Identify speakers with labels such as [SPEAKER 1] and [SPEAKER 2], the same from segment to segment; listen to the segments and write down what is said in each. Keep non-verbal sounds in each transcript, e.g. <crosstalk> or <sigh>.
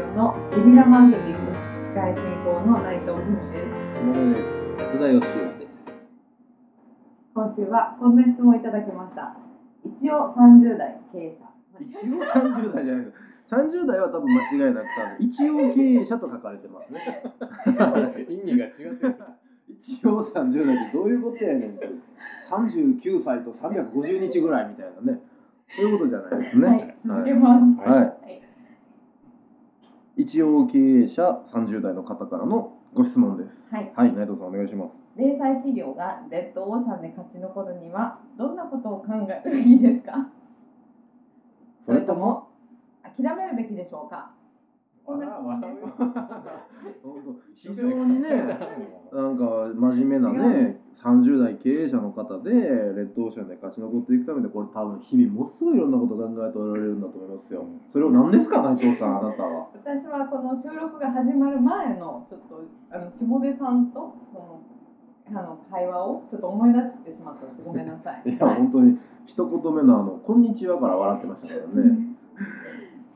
[SPEAKER 1] ビザマーケティング大成功の内藤文です
[SPEAKER 2] モモです。津田義雄です。
[SPEAKER 1] 今週はこんな質問をいただきました一応30代経営者
[SPEAKER 2] 一応三十代じゃないの。三十代は多分間違いなくさ、一応経営者と書かれてますね。
[SPEAKER 3] 意味が違ってる。
[SPEAKER 2] 一応三十代ってどういうことやねんって。三十九歳と三百五十日ぐらいみたいなね。そういうことじゃないですね。
[SPEAKER 1] はい続けます
[SPEAKER 2] はい。
[SPEAKER 1] はい
[SPEAKER 2] 一応経営者三十代の方からのご質問です。
[SPEAKER 1] はい
[SPEAKER 2] はい、内藤さんお願いします。
[SPEAKER 1] 零細企業がレッドオーシャンで勝ち残るにはどんなことを考えるべきですかそれとも諦めるべきでしょうかこんな質問です
[SPEAKER 2] 本当非常にね。なんか真面目な
[SPEAKER 1] 違
[SPEAKER 2] ね30代経営者の方でレッドオーシャンで勝ち残っていくためにこれ多分日々ものすごいいろんなこと考えておられるんだと思いますよそれを何ですか内藤さんあな
[SPEAKER 1] <laughs>
[SPEAKER 2] たは
[SPEAKER 1] 私はこの収録が始まる前のちょっとあの下出さんとそのあの会話をちょっと思い出してしまったのでごめんなさい。
[SPEAKER 2] いや
[SPEAKER 1] はい、
[SPEAKER 2] 本当に一言目のあの「こんにちは」から笑ってましたからね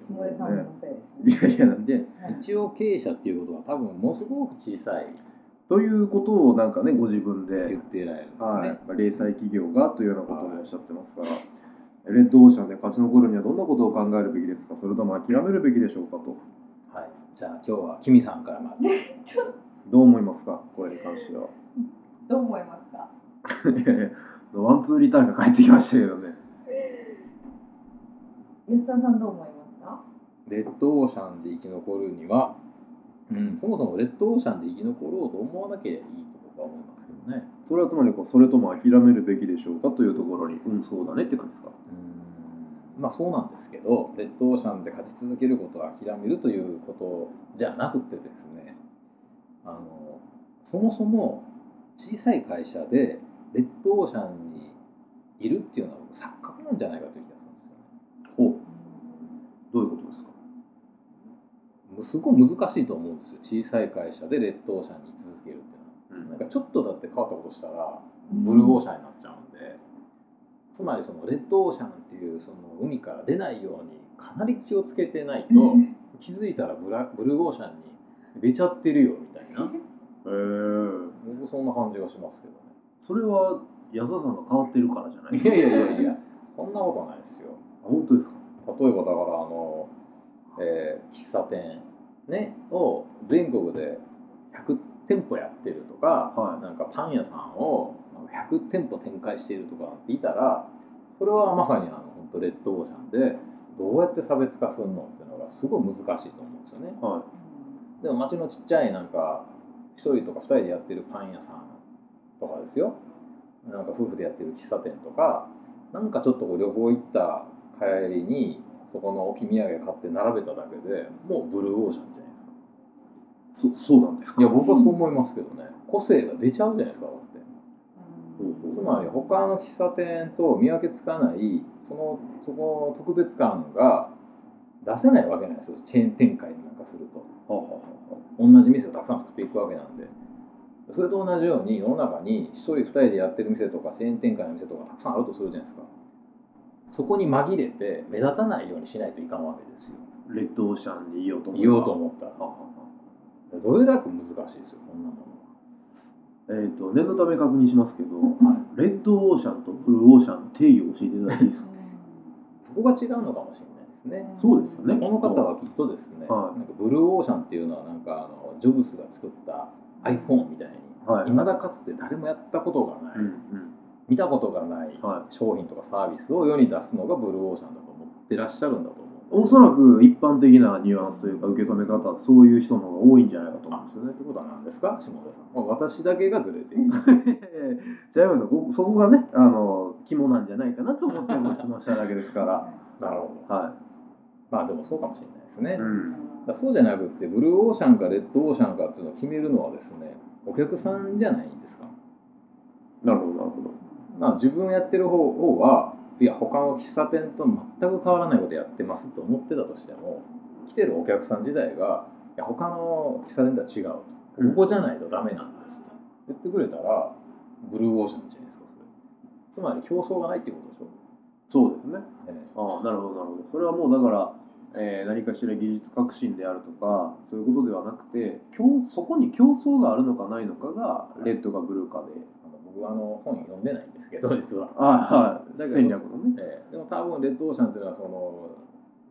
[SPEAKER 1] 下出さんのせいです
[SPEAKER 2] い
[SPEAKER 1] ね。
[SPEAKER 2] やいやなんで
[SPEAKER 1] はい
[SPEAKER 3] 一応経営者っていうことは多分ものすごく小さい
[SPEAKER 2] ということをなんかねご自分で
[SPEAKER 3] 言ってられるんですね。
[SPEAKER 2] はいまあ、零細企業がというようなこともおっしゃってますから、レッドオーシャンで勝ち残るにはどんなことを考えるべきですかそれとも諦めるべきでしょうかと
[SPEAKER 3] はい。じゃあ今日はキミさんからまず。
[SPEAKER 2] どう思いますかこれに関しては
[SPEAKER 1] どう思いますか。
[SPEAKER 2] いやいやワンツーリターンが帰ってきましたけどね。
[SPEAKER 1] 安田さんどう思いますか。
[SPEAKER 3] レッドオーシャンで生き残るには、うん、そもそもレッドオーシャンで生き残ろうと思わなきゃいいと僕は思いますけどね。
[SPEAKER 2] それはつまりこうそれとも諦めるべきでしょうかというところに、うん、そうだねって感じですか。
[SPEAKER 3] うんまあそうなんですけど、レッドオーシャンで勝ち続けることを諦めるということじゃなくてですね、あのそもそも小さい会社でレッドオーシャンにいるっていうのは僕錯覚なんじゃないかという気が
[SPEAKER 2] ほう、どういうことですか。
[SPEAKER 3] するんですよね。すごい難しいと思うんですよ、小さい会社でレッドオーシャンに居続けるっていうのは。なんかちょっとだって変わったことしたらブルーオーシャンになっちゃうんで、つまりそのレッドオーシャンっていうその海から出ないようにかなり気をつけてないと気づいたらブラブルーオーシャンに出ちゃってるよみたいな
[SPEAKER 2] えー、
[SPEAKER 3] 僕そんな感じがしますけどね
[SPEAKER 2] それは安田さんが変わってるからじゃない
[SPEAKER 3] いやいやいやいやそんなことないですよ
[SPEAKER 2] あ本当ですか。
[SPEAKER 3] 例えばだからあの、えー喫茶店ねを全国で100店舗やってるとか、
[SPEAKER 2] はい
[SPEAKER 3] なんかパン屋さんをなんか100店舗展開しているとかっていたらそれはまさにあの本当レッドオーシャンでどうやって差別化するのっていうのがすごい難しいと思うんですよね。
[SPEAKER 2] は
[SPEAKER 3] でも町のちっちゃいなんか1人とか2人でやってるパン屋さんとかですよなんか夫婦でやってる喫茶店とかなんかちょっとこう旅行行った帰りにそこの置き土産買って並べただけでもうブルーオーシャンじゃないですか
[SPEAKER 2] い。そそうなんですか。
[SPEAKER 3] いや僕はそう思いますけどね個性が出ちゃうじゃないですかだって
[SPEAKER 2] ほうほう
[SPEAKER 3] つまり他の喫茶店と見分けつかないそのそこの特別感が出せないわけないですよチェーン展開なんかすると。
[SPEAKER 2] はあはあはあは
[SPEAKER 3] 同じ店をたくさん作っていくわけなんでそれと同じように世の中に1人2人でやってる店とかチェーン展開の店とかたくさんあるとするじゃないですかそこに紛れて目立たないようにしないといかんわけですよ
[SPEAKER 2] あレッドオーシャンにいようと思えば
[SPEAKER 3] 言おうと思ったら
[SPEAKER 2] はあはあはあ
[SPEAKER 3] どれだけ難しいですよこんなものは
[SPEAKER 2] えー、と念のため確認しますけど、
[SPEAKER 3] は
[SPEAKER 2] レッドオーシャンとブルーオーシャンの定義を教えていただいていいですか
[SPEAKER 3] そこが違うのかもしれないですね
[SPEAKER 2] そうですよね
[SPEAKER 3] この方はきっとですね、
[SPEAKER 2] はい
[SPEAKER 3] なんかブルーオーシャンっていうのはなんかあのジョブスが作った iPhone みたいに
[SPEAKER 2] はい
[SPEAKER 3] 未だかつて誰もやったことがない、
[SPEAKER 2] うんうん
[SPEAKER 3] 見たことがない
[SPEAKER 2] は
[SPEAKER 3] 商品とかサービスを世に出すのがブルーオーシャンだと思ってらっしゃるんだと
[SPEAKER 2] い、
[SPEAKER 3] 思
[SPEAKER 2] お
[SPEAKER 3] う。
[SPEAKER 2] そらく一般的なニュアンスというか受け止め方はそういう人の方が多いんじゃないかと思うん
[SPEAKER 3] あ
[SPEAKER 2] です、
[SPEAKER 3] それってことは何ですか、下田さん。まあ私だけがずれている。
[SPEAKER 2] じゃあ山さんこそこがねあの肝なんじゃないかなと思ってご質問しただけですから
[SPEAKER 3] なるほど。
[SPEAKER 2] は
[SPEAKER 3] まあでもそうかもしれないですね。
[SPEAKER 2] い、うん、
[SPEAKER 3] だからそうじゃなくて、ブルーオーシャンかレッドオーシャンかっていうのを決めるのはですね、お客さんじゃないんですか。
[SPEAKER 2] なるほどなるほど
[SPEAKER 3] まあ、自分やってる方は、いや、他の喫茶店と全く変わらないことやってますと思ってたとしても、来てるお客さん自体が、いや、他の喫茶店とは違う。ここじゃないとダメなんですと言ってくれたらブルーオーシャンじゃないですかそれつまり競争がないっていうことでし
[SPEAKER 2] そ
[SPEAKER 3] ょ、
[SPEAKER 2] うですね
[SPEAKER 3] え
[SPEAKER 2] ああなるほどなるほどそれはもうだからえー何かしら技術革新であるとかそういうことではなくて競そこに競争があるのかないのかがレッドかブルーかで
[SPEAKER 3] あの僕はあの本読んでないんですけど <laughs> 実は、
[SPEAKER 2] あはい
[SPEAKER 3] だけど
[SPEAKER 2] 戦略のね
[SPEAKER 3] ええでも多分レッドオーシャンっていうのはその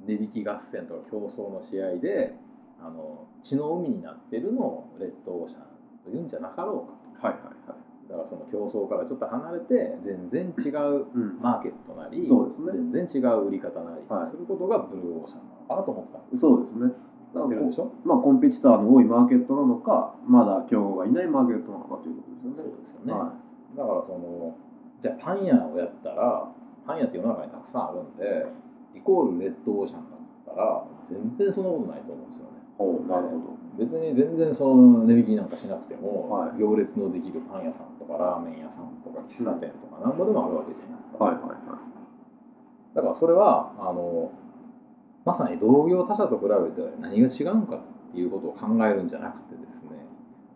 [SPEAKER 3] 値引き合戦とか競争の試合であの血の海になってるのをレッドオーシャンというんじゃなかろうか
[SPEAKER 2] はいはいはい、
[SPEAKER 3] だからその競争からちょっと離れて全然違う
[SPEAKER 2] うん
[SPEAKER 3] マーケットなり、
[SPEAKER 2] そうですね
[SPEAKER 3] 全然違う売り方なり、
[SPEAKER 2] はい
[SPEAKER 3] することがブルーオーシャンなのかなと思ってたんで
[SPEAKER 2] そうですねだ
[SPEAKER 3] す
[SPEAKER 2] か
[SPEAKER 3] 出
[SPEAKER 2] ら
[SPEAKER 3] るで
[SPEAKER 2] こ
[SPEAKER 3] しょ
[SPEAKER 2] うまあコンペティターの多いマーケットなのかまだ競合がいないマーケットなのかということです
[SPEAKER 3] そ
[SPEAKER 2] よ
[SPEAKER 3] う
[SPEAKER 2] ね
[SPEAKER 3] ですよね、
[SPEAKER 2] は
[SPEAKER 3] だからそのじゃあパン屋をやったらパン屋って世の中にたくさんあるんでイコールレッドオーシャンだったら全然そんなことないと思うんですよね
[SPEAKER 2] い、ほうなるほど
[SPEAKER 3] 別に全然その値引きなんかしなくても、
[SPEAKER 2] はい
[SPEAKER 3] 行列のできるパン屋さんとかラーメン屋さんとか喫茶店とか何ぼでもあるわけじゃないですか、
[SPEAKER 2] はいはいはい
[SPEAKER 3] だからそれはあのまさに同業他社と比べて何が違うんかっていうことを考えるんじゃなくてですね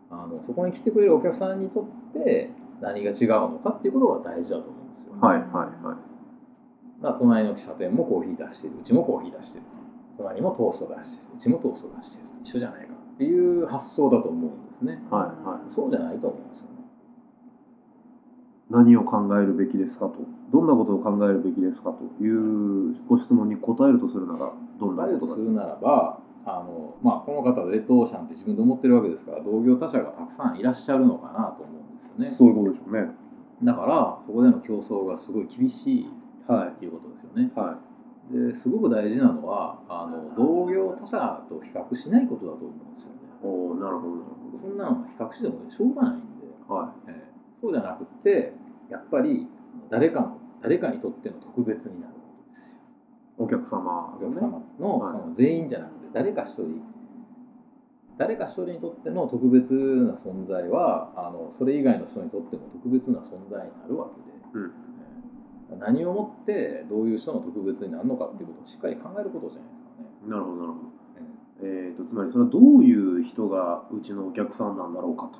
[SPEAKER 3] あのそこに来てくれるお客さんにとって何が違うのかっていうことが大事だと思うんですよ、
[SPEAKER 2] はいはいはい
[SPEAKER 3] だから隣の喫茶店もコーヒー出してるうちもコーヒー出してる隣もトースト出してるうちもトースト出してる一緒じゃないかっていう発想だと思うんですね
[SPEAKER 2] はいはい
[SPEAKER 3] そうじゃないと思うんですよね。
[SPEAKER 2] 何を考えるべきですかとどんなことを考えるべきですかというご質問に答えるとするならどんなこ
[SPEAKER 3] 答える
[SPEAKER 2] と
[SPEAKER 3] と
[SPEAKER 2] が
[SPEAKER 3] するならば、あのまあ、この方、レッドオーシャンって自分で思ってるわけですから、同業他社がたくさんいらっしゃるのかなと思うんですよね。
[SPEAKER 2] そういうことでしょうね
[SPEAKER 3] だから、そこでの競争がすごい厳しい
[SPEAKER 2] は
[SPEAKER 3] っていうことですよね。
[SPEAKER 2] いは
[SPEAKER 3] ですごく大事なのはあの、同業他社と比較しないことだと思うんですよね。
[SPEAKER 2] いおおなるほどなる
[SPEAKER 3] そんなのは比較してもしょうがないんで、
[SPEAKER 2] ほどは
[SPEAKER 3] ええそうじゃなくって、やっぱり誰かの誰かにとっての特別になることですよ。
[SPEAKER 2] いお客様が
[SPEAKER 3] お客
[SPEAKER 2] ね
[SPEAKER 3] 様の
[SPEAKER 2] はい
[SPEAKER 3] その全員じゃなくて誰か一人誰か一人にとっての特別な存在はあのそれ以外の人にとっても特別な存在になるわけで、
[SPEAKER 2] うん
[SPEAKER 3] えー何をもってどういう人の特別になるのかっていうことをしっかり考えることじゃな
[SPEAKER 2] なるほどなるほど
[SPEAKER 3] いですかね。
[SPEAKER 2] えー、とつまりそれはどういう人がうちのお客さんなんだろうかと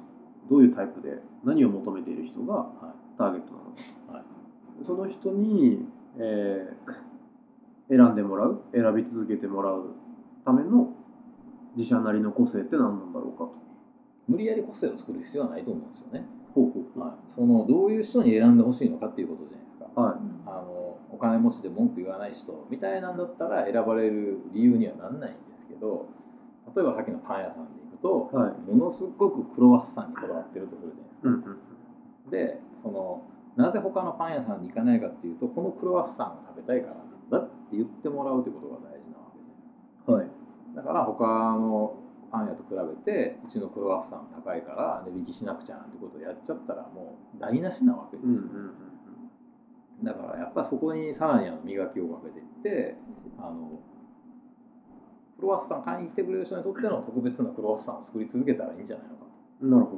[SPEAKER 2] どういうタイプで何を求めている人がターゲットなのか、
[SPEAKER 3] はい
[SPEAKER 2] その人に、えー選んでもらう選び続けてもらうための自社なりの個性って何なんだろうかと
[SPEAKER 3] 無理やり個性を作る必要はないと思うんですよね。
[SPEAKER 2] ほうほう
[SPEAKER 3] はい、そのどういう人に選んでほしいのかっていうことじゃないですか。
[SPEAKER 2] はい
[SPEAKER 3] あのお金持ちで文句言わない人みたいなんだったら選ばれる理由にはなんないんですけど例えばさっきのパン屋さんで行くと
[SPEAKER 2] はい
[SPEAKER 3] ものすごくクロワッサンにこだわってるとするじゃない
[SPEAKER 2] うんうん
[SPEAKER 3] ですかでそのなぜ他のパン屋さんに行かないかっていうとこのクロワッサンが食べたいからなんだって言ってもらうってことが大事なわけで
[SPEAKER 2] うんはい
[SPEAKER 3] だから他のパン屋と比べてうちのクロワッサン高いから値引きしなくちゃなんてことをやっちゃったらもう台無しなわけです
[SPEAKER 2] う
[SPEAKER 3] よ
[SPEAKER 2] んうんうん
[SPEAKER 3] だからやっぱそこにさらにあの磨きをかけていってあのクロワッサン買いに来てくれる人にとっての特別なクロワッサンを作り続けたらいいんじゃないのか
[SPEAKER 2] うんなるほ
[SPEAKER 3] と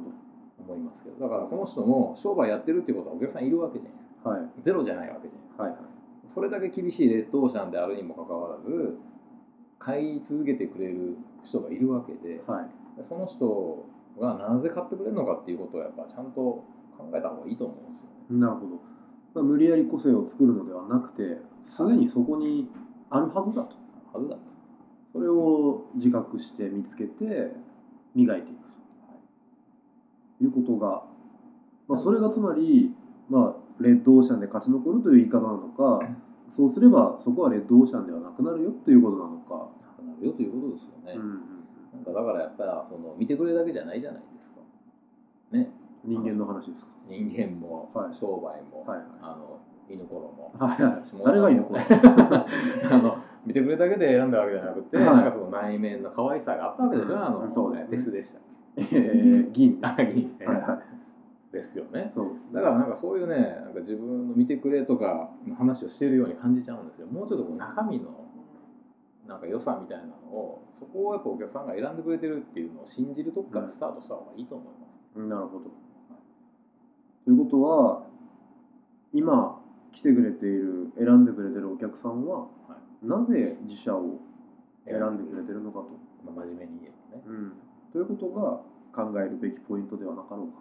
[SPEAKER 3] 思いますけどだからこの人も商売やってるっていうことはお客さんいるわけじゃないです
[SPEAKER 2] ど
[SPEAKER 3] か
[SPEAKER 2] はい
[SPEAKER 3] ゼロじゃないわけじゃ
[SPEAKER 2] はい
[SPEAKER 3] ないで
[SPEAKER 2] はい
[SPEAKER 3] すかそれだけ厳しいレッドオーシャンであるにもかかわらず買い続けてくれる人がいるわけで
[SPEAKER 2] はい
[SPEAKER 3] その人がなぜ買ってくれるのかっていうことをやっぱちゃんと考えた方がいいと思うんですよね。
[SPEAKER 2] なるほど、まあ、無理やり個性を作るのではなくてすでにそこにあるはずだと
[SPEAKER 3] はずだと
[SPEAKER 2] それを自覚して見つけて磨いていくということが、まあ、それがつまり、まあ、レッドオーシャンで勝ち残るという言い方なのかそうすればそこはレッドオーシャンではなくなるよということなのか。
[SPEAKER 3] なくなるよということですよね。
[SPEAKER 2] うん
[SPEAKER 3] なんかだからやっぱその見てくれるだけじゃないじゃないですか。ね、
[SPEAKER 2] うんうん、人間の話ですか。
[SPEAKER 3] 人間も
[SPEAKER 2] はい
[SPEAKER 3] 商売も、
[SPEAKER 2] はい
[SPEAKER 3] あの犬ころも。
[SPEAKER 2] はいはい
[SPEAKER 3] 下田も
[SPEAKER 2] 誰がいいのこれ
[SPEAKER 3] <laughs> あの見てくれるだけで選んだわけじゃなくて、
[SPEAKER 2] はい
[SPEAKER 3] なんかその内面の可愛さがあったわけでしょ、あ
[SPEAKER 2] うん
[SPEAKER 3] の
[SPEAKER 2] そうですね
[SPEAKER 3] フェスでした。
[SPEAKER 2] えー、銀。は
[SPEAKER 3] <laughs> あいいね
[SPEAKER 2] いはい。
[SPEAKER 3] ですよね。
[SPEAKER 2] そうです
[SPEAKER 3] だ
[SPEAKER 2] ね。
[SPEAKER 3] からなんかそういうね、なんか自分の見てくれとかの話をしてるように感じちゃうんですよ。もうちょっとこう中身のなんか良さみたいなのを、そこをやっぱお客さんが選んでくれてるっていうのを信じるとこからスタートした方がいいと思います。
[SPEAKER 2] なるほど。ということは今来てくれている選んでくれてるお客さんは、
[SPEAKER 3] は
[SPEAKER 2] なぜ自社を選んでくれ
[SPEAKER 3] る、
[SPEAKER 2] てるのかと、
[SPEAKER 3] まあ、真面目に言えばね
[SPEAKER 2] うん、ということが考えるべきポイントではなかろう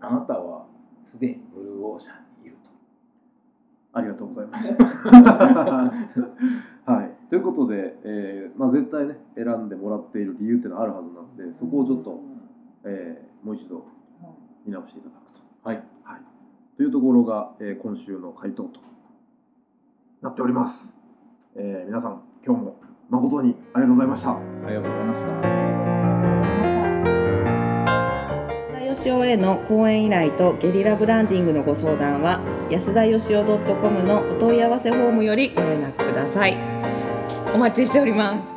[SPEAKER 2] か
[SPEAKER 3] あなたはすでにブルーオーシャンにいると
[SPEAKER 2] <laughs> とありがとうございましたはいとということで、えーまあ、絶対ね選んでもらっている理由ってのはあるはずなのでそこをちょっと、えーもう一度見直していただくと。
[SPEAKER 3] はい、
[SPEAKER 2] はい、というところが、えー今週の回答となっております。えー皆さん今日も誠にありがとうございました。
[SPEAKER 3] ありがとうございました。
[SPEAKER 4] 安田義雄への講演依頼とゲリラブランディングのご相談は安田義雄 .com のお問い合わせフォームよりご連絡くださいお待ちしております